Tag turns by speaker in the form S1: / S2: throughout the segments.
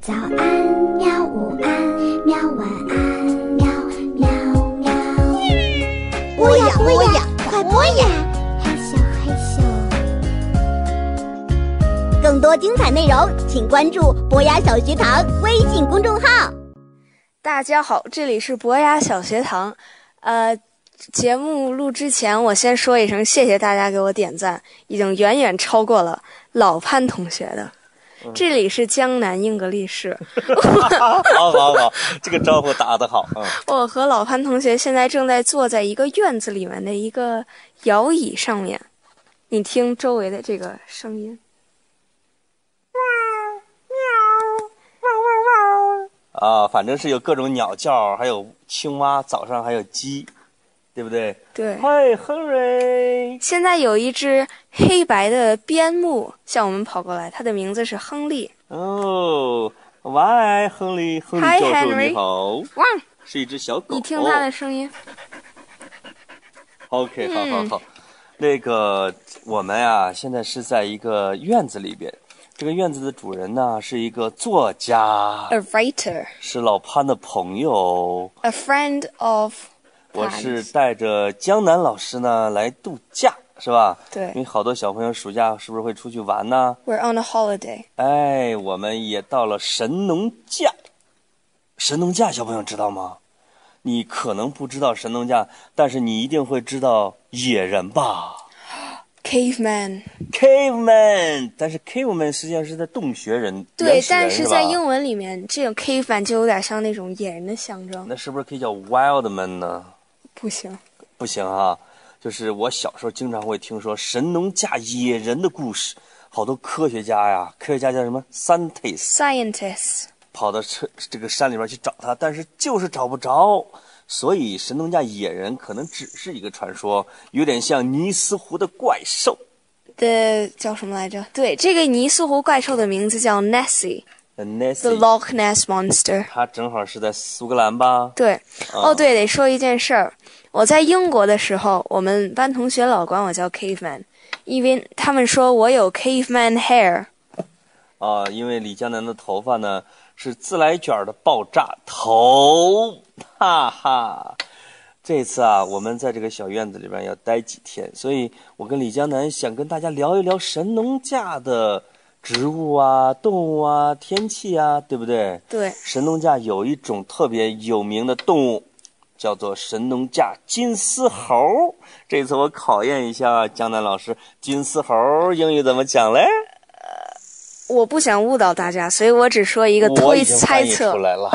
S1: 早安喵，午安喵，晚安喵喵喵。播呀播呀，快播呀！害羞害羞。
S2: 更多精彩内容，请关注博雅小学堂微信公众号。
S3: 大家好，这里是博雅小学堂。呃，节目录之前，我先说一声谢谢大家给我点赞，已经远远超过了老潘同学的。这里是江南英格力士，
S4: 好好好，这个招呼打得好，嗯，
S3: 我和老潘同学现在正在坐在一个院子里面的一个摇椅上面，你听周围的这个声音。
S4: 啊，反正是有各种鸟叫，还有青蛙，早上还有鸡，对不对？
S3: 对，
S4: 嗨，Henry，
S3: 现在有一只黑白的边牧向我们跑过来，它的名字是亨利。
S4: 哦，喂，亨利，亨利
S3: Hi，
S4: 教授
S3: Henry
S4: 你好，
S3: 汪，
S4: 是一只小狗。
S3: 你听它的声音，
S4: 哦 OK，好好
S3: 嗯
S4: 好，那个我们呀、现在是在一个院子里边，这个院子的主人呢是一个作家，
S3: a writer,
S4: 是老潘的朋友。
S3: a friend of，
S4: 我是
S3: Hans
S4: 带着江南老师呢来度假，是吧？
S3: 对
S4: 因为好多小朋友暑假是不是会出去玩呢？
S3: We're on a holiday。
S4: 哎，我们也到了神农架。神农架，小朋友知道吗？你可能不知道神农架，但是你一定会知道野人吧？
S3: Caveman，
S4: caveman，但是 caveman 实际上是在洞穴人，
S3: 对
S4: 原，始人
S3: 但是
S4: 是
S3: 在
S4: 吧
S3: 英文里面，这种 caveman 就有点像那种野人的象征。
S4: 那是不是可以叫 wildman 呢？
S3: 不行，
S4: 不行啊，就是我小时候经常会听说神农架野人的故事，好多科学家呀，科学家叫什么 scientist，
S3: scientist
S4: 跑到这这个山里边去找他，但是就是找不着。所以神农架野人可能只是一个传说，有点像尼斯湖的怪兽。
S3: 的叫什么来着？对，这个尼斯湖怪兽的名字叫 Nessie，the
S4: Nessie，
S3: Loch Ness Monster。
S4: 他正好是在苏格兰吧？
S3: 对，哦，对，得说一件事儿。我在英国的时候，我们班同学老管我叫 caveman，因为他们说我有 caveman hair。
S4: 啊，因为李江南的头发呢是自来卷儿的爆炸头，哈哈。这次啊，我们在这个小院子里边要待几天，所以我跟李江南想跟大家聊一聊神农架的植物啊、动物啊、天气啊，对不对？
S3: 对，
S4: 神农架有一种特别有名的动物，叫做神农架金丝猴。这次我考验一下江南老师，金丝猴英语怎么讲嘞？
S3: 我不想误导大家，所以我只说一个
S4: 我
S3: 推
S4: 已经翻
S3: 猜
S4: 译
S3: 测
S4: 出来了。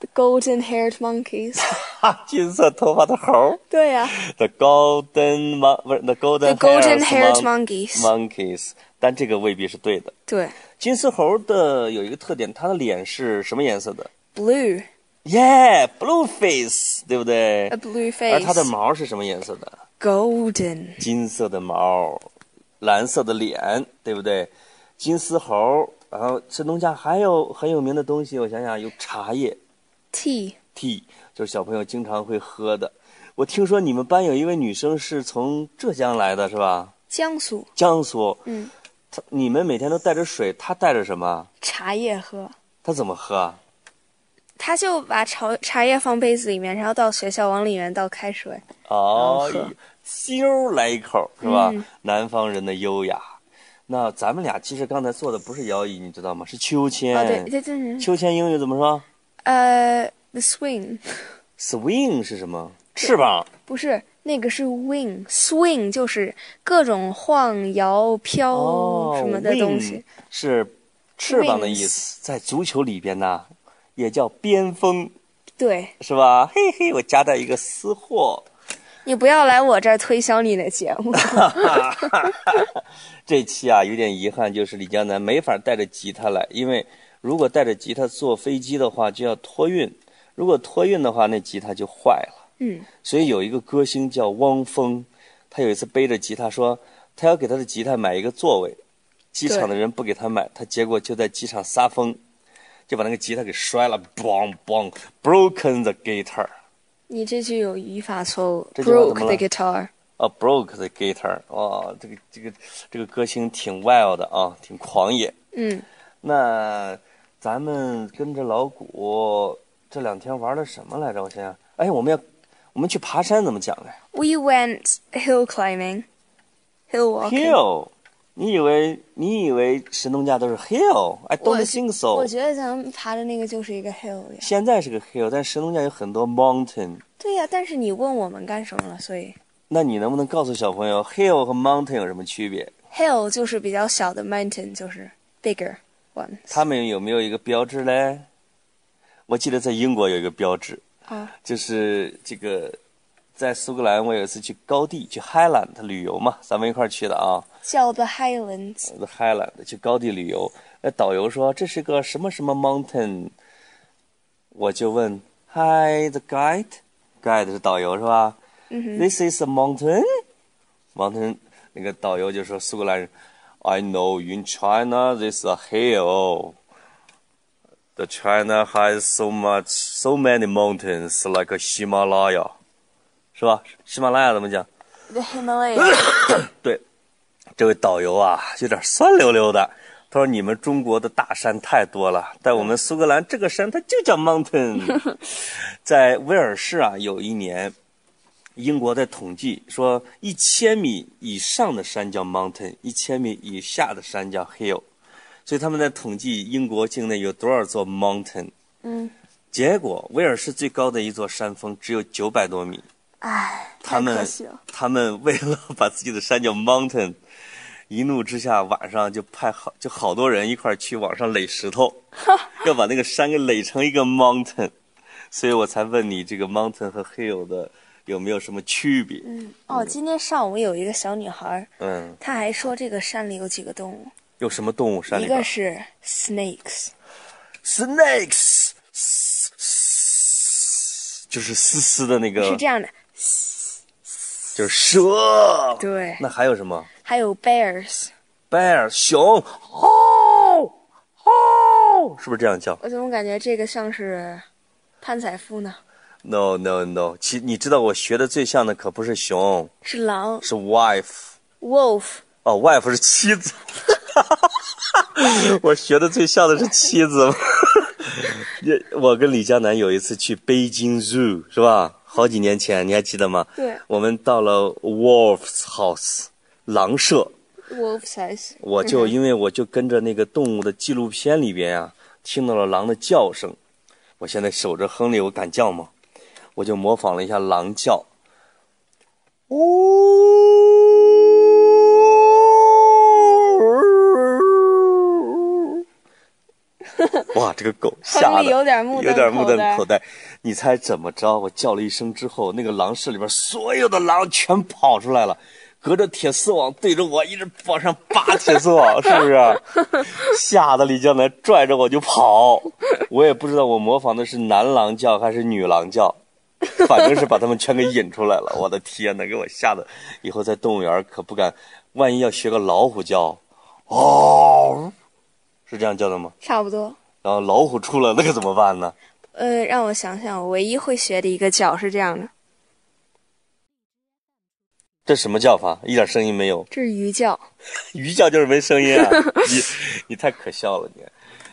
S3: ：golden-haired monkeys。
S4: 哈，金色头发的猴
S3: 对 呀、
S4: ，the golden mon 不是 the
S3: The
S4: golden
S3: golden-haired
S4: mon-
S3: monkeys
S4: monkeys，但这个未必是对的。
S3: 对
S4: 金丝猴的有一个特点，它的脸是什么颜色的
S3: ，blue
S4: ？Yeah，blue face，对不对
S3: a blue face，
S4: 而它的毛是什么颜色的？
S3: golden
S4: 金色的毛，蓝色的脸，对不对？金丝猴，然后神农架还有很有名的东西，我想想，有茶叶，
S3: tea
S4: tea，就是小朋友经常会喝的。我听说你们班有一位女生是从浙江来的，是吧？
S3: 江苏
S4: 江苏，
S3: 嗯，
S4: 她你们每天都带着水，她带着什么？
S3: 茶叶喝。
S4: 她怎么喝啊？
S3: 他就把茶茶叶放杯子里面，然后到学校往里面倒开水。
S4: 哦
S3: 然后喝，
S4: 咻来一口，是吧？
S3: 嗯
S4: 南方人的优雅。那咱们俩其实刚才坐的不是摇椅，你知道吗？是秋千。
S3: 哦，对，这这人
S4: 秋千英语怎么说
S3: 呃，the swing。
S4: ？Swing 是什么？翅膀。
S3: 不是，那个是 wing swing，就是各种晃摇飘
S4: 哦，
S3: 什么的东西。
S4: wing 是翅膀的意思，在足球里边呢，也叫边锋，
S3: 对
S4: 是吧？嘿嘿，我夹带一个私货。
S3: 你不要来我这儿推销你的节目。
S4: 这期啊，有点遗憾，就是李江南没法带着吉他来，因为如果带着吉他坐飞机的话，就要托运，如果托运的话，那吉他就坏了。
S3: 嗯，
S4: 所以有一个歌星叫汪峰，他有一次背着吉他说，他要给他的吉他买一个座位，机场的人不给他买，他结果就在机场撒疯，就把那个吉他给摔了，咣咣，broken the guitar，
S3: 你这句有语法错误
S4: 这句话怎么
S3: ，broke the
S4: 了
S3: guitar。
S4: 啊，broke the guitar，哇，这个这个这个歌星挺 wild 的啊，挺狂野。
S3: 嗯，
S4: 那咱们跟着老谷这两天玩了什么来着？我想想，哎，我们要我们去爬山怎么讲啊呢
S3: We went hill climbing, hill walking.
S4: ？Hill，你以为你以为神农架都是
S3: 我
S4: hill？I don't think
S3: 我
S4: so。
S3: 觉得咱们爬的那个就是一个 hill 呀。
S4: 现在是个 hill，但神农架有很多 mountain。
S3: 对呀、但是你问我们干什么了？所以
S4: 那你能不能告诉小朋友 hill 和 mountain 有什么区别？
S3: hill 就是比较小的 mountain，就是 bigger one。
S4: 它们有没有一个标志嘞？我记得在英国有一个标志，
S3: 啊，
S4: 就是这个，在苏格兰，我有一次去高地，去 Highland 旅游嘛，咱们一块儿去的啊
S3: 叫 the Highlands。
S4: ，the，Highland 去高地旅游。那导游说这是个什么什么 mountain，我就问 Hi the guide，guide 是导游是吧、t h i s is a mountain。mountain 那个导游就说苏格兰人，I know in China this is a hill。The China has so much, so many mountains like a Himalaya，是吧？喜马拉雅怎么讲？
S3: The
S4: 呃
S3: Himalaya。
S4: 对，这位导游啊，有点酸溜溜的。他说：“你们中国的大山太多了，但我们苏格兰这个山它就叫 mountain。在威尔士啊，有一年，英国在统计说，一千米以上的山叫 mountain，一千米以下的山叫 hill。所以他们在统计英国境内有多少座 mountain。
S3: 嗯，
S4: 结果威尔士最高的一座山峰只有九百多米，
S3: 唉，
S4: 他
S3: 太可
S4: 们
S3: 惜了。
S4: 他们为了 把自己的山叫 mountain，一怒之下晚上就派好就好多人一块儿去往上垒石头， 要把那个山给垒成一个 mountain，所以我才问你这个 mountain 和 hill 的有没有什么区别？
S3: 嗯，哦，今天上午有一个小女孩儿，
S4: 嗯，
S3: 她还说这个山里有几个动物，
S4: 有什么动物山里
S3: 一
S4: 边
S3: 个是 snakes，
S4: ？snakes，就是丝丝的那
S3: 是
S4: 个
S3: 这，样的，
S4: 就是蛇。
S3: 对，
S4: 那还有什么
S3: 还有 bears，
S4: ？bear 熊，哦哦，是不是这样叫？
S3: 我怎么感觉这个像是潘采夫呢？
S4: No no no，其你知道我学的最像的可不是熊，
S3: 是狼
S4: 是 wife。
S3: wolf，
S4: 哦，wife 是妻子。 我学的最像的是妻子。也我跟李江南有一次去北京 zoo 是吧？好几年前，你还记得吗？
S3: 对
S4: 我们到了 wolf's house 狼舍，
S3: wolf size，
S4: 我就因为我就跟着那个动物的纪录片里边啊，听到了狼的叫声。我现在守着亨利，我敢叫吗？我就模仿了一下狼叫。哇，这个狗吓
S3: 亨
S4: 得
S3: 利有点目瞪
S4: 有点目瞪口
S3: 口
S4: 呆。你猜怎么着？我叫了一声之后，那个狼室里边所有的狼全跑出来了，隔着铁丝网对着我一直往上扒铁丝网，是不是？吓得李江南拽着我就跑，我也不知道我模仿的是男狼叫还是女狼叫。 反正是把他们全给引出来了，我的天呐，给我吓得，以后在动物园可不敢，万一要学个老虎叫，哦，是这样叫的吗？
S3: 差不多。
S4: 然后老虎出来，那可怎么办呢？
S3: 呃，让我想想，我唯一会学的一个脚是这样的，
S4: 这什么叫法？一点声音没有，
S3: 这是鱼叫。
S4: 鱼叫就是没声音 啊！你你太可笑了你。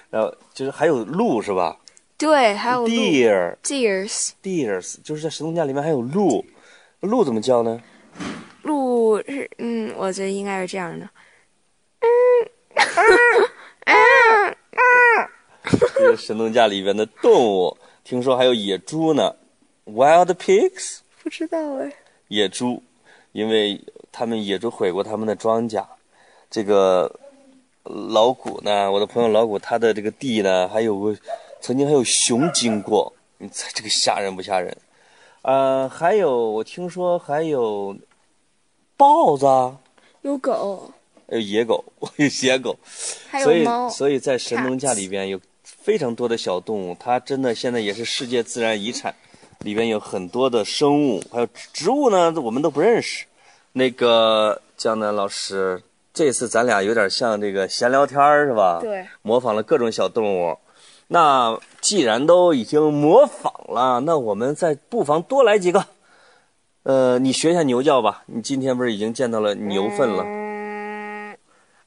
S4: 然后就是还有鹿是吧
S3: 对，还有鹿
S4: ？Deer
S3: deers，
S4: deers 就是在神农架里面还有鹿，鹿怎么叫呢？
S3: 鹿是嗯，我觉得应该是这样的。
S4: 这个神农架里边的动物，听说还有野猪呢，wild pigs
S3: 不知道哎，
S4: 野猪，因为他们野猪毁过他们的庄稼。这个老谷呢，我的朋友老谷，他的这个地呢，还有个曾经还有熊经过，你猜这个吓人不吓人？呃，还有我听说还有豹子啊，
S3: 有狗，
S4: 还有野狗， 有野狗，
S3: 还
S4: 所
S3: 有
S4: 以
S3: 猫，
S4: 所以在神农架里边有非常多的小动物，它真的现在也是世界自然遗产，里边有很多的生物，还有植植物呢，我们都不认识。那个江南老师，这次咱俩有点像这个闲聊天儿是吧？
S3: 对，
S4: 模仿了各种小动物。那既然都已经模仿了，那我们再不妨多来几个。呃，你学一下牛叫吧。你今天不是已经见到了牛粪了？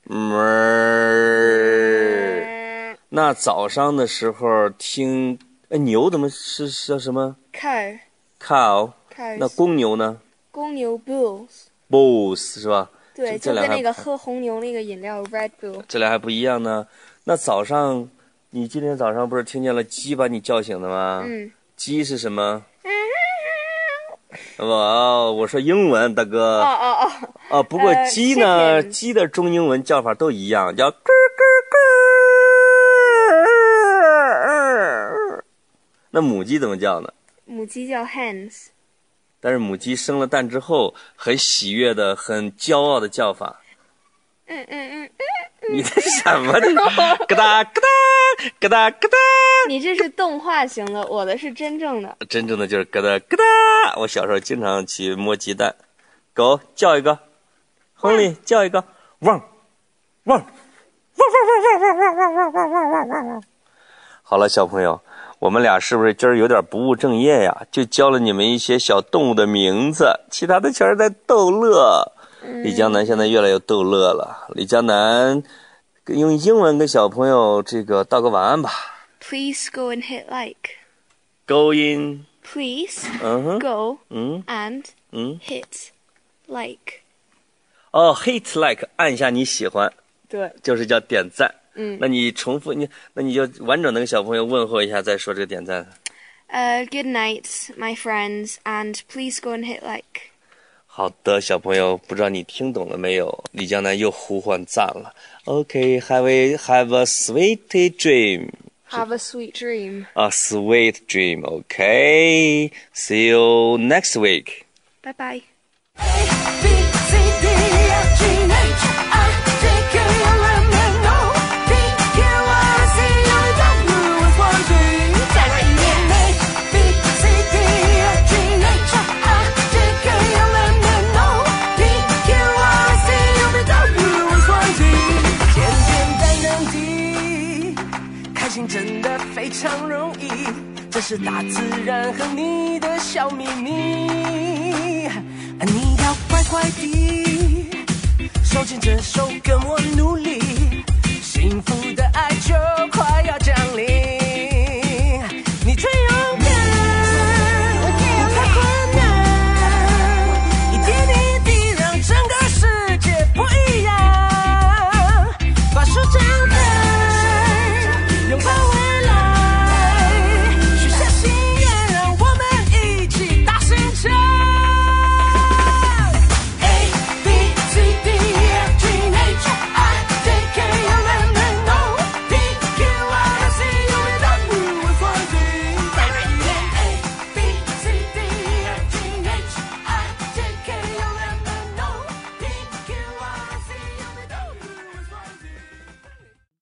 S3: 嗯
S4: 哞儿那早上的时候听，哎，牛怎么是是叫什么
S3: Car
S4: cow？
S3: car，
S4: 那公牛呢
S3: 公牛 Bulls，
S4: ？bulls 是吧？
S3: 对，
S4: 这
S3: 就
S4: 俩
S3: 跟
S4: 还
S3: 那个喝红牛那个饮料 Red Bull，
S4: 这俩还不一样呢。那早上，你今天早上不是听见了鸡把你叫醒的吗？
S3: 嗯，
S4: 鸡是什么？哇哦，我说英文，大哥。
S3: 哦哦哦，
S4: 啊，不过
S3: 呃
S4: 鸡呢，
S3: chicken
S4: 鸡的中英文叫法都一样，叫咯咯咯。那母鸡怎么叫呢？
S3: 母鸡叫 Hens，
S4: 但是母鸡生了蛋之后，很喜悦的、很骄傲的叫法。
S3: 嗯嗯嗯，
S4: 你这什么的？咯哒咯哒咯哒咯哒，
S3: 你这是动画型的，我的是真正的。
S4: 真正的就是咯哒咯哒。我小时候经常去摸鸡蛋，狗叫一个，亨利叫一个，汪汪。好了，小朋友，我们俩是不是今儿有点不务正业呀？就教了你们一些小动物的名字，其他的全是在逗乐。李江南现在越来越逗乐了。李江南用英文跟小朋友这个道个晚安吧。
S3: Please go and hit like.
S4: Go in，
S3: Please
S4: 嗯哼，
S3: go
S4: 嗯
S3: and
S4: 嗯，
S3: hit like.
S4: 哦，hit like，按下你喜欢，
S3: 对，
S4: 就是叫点赞。
S3: 嗯，
S4: 那你重复你，那你就完整的跟小朋友问候一下，再说这个点赞。
S3: 呃、g o o d uh, night, my friends, and please go and hit like.
S4: 好的，小朋友，不知道你听懂了没有？李江南又呼唤赞了。OK，have、a have a sweet dream
S3: Have a sweet dream.
S4: a sweet dream. OK，see、you next week.
S3: Bye bye.
S5: B C D E F G H I J K L M N O P Q R S T U W X Y Z。再来一遍。B C D E F G H I J K L M N O P Q R S T U W X Y Z。简简单单的。开心真的非常容易，这是大自然和你的小秘密。你要乖乖地手牵着手跟我努力，幸福的爱就快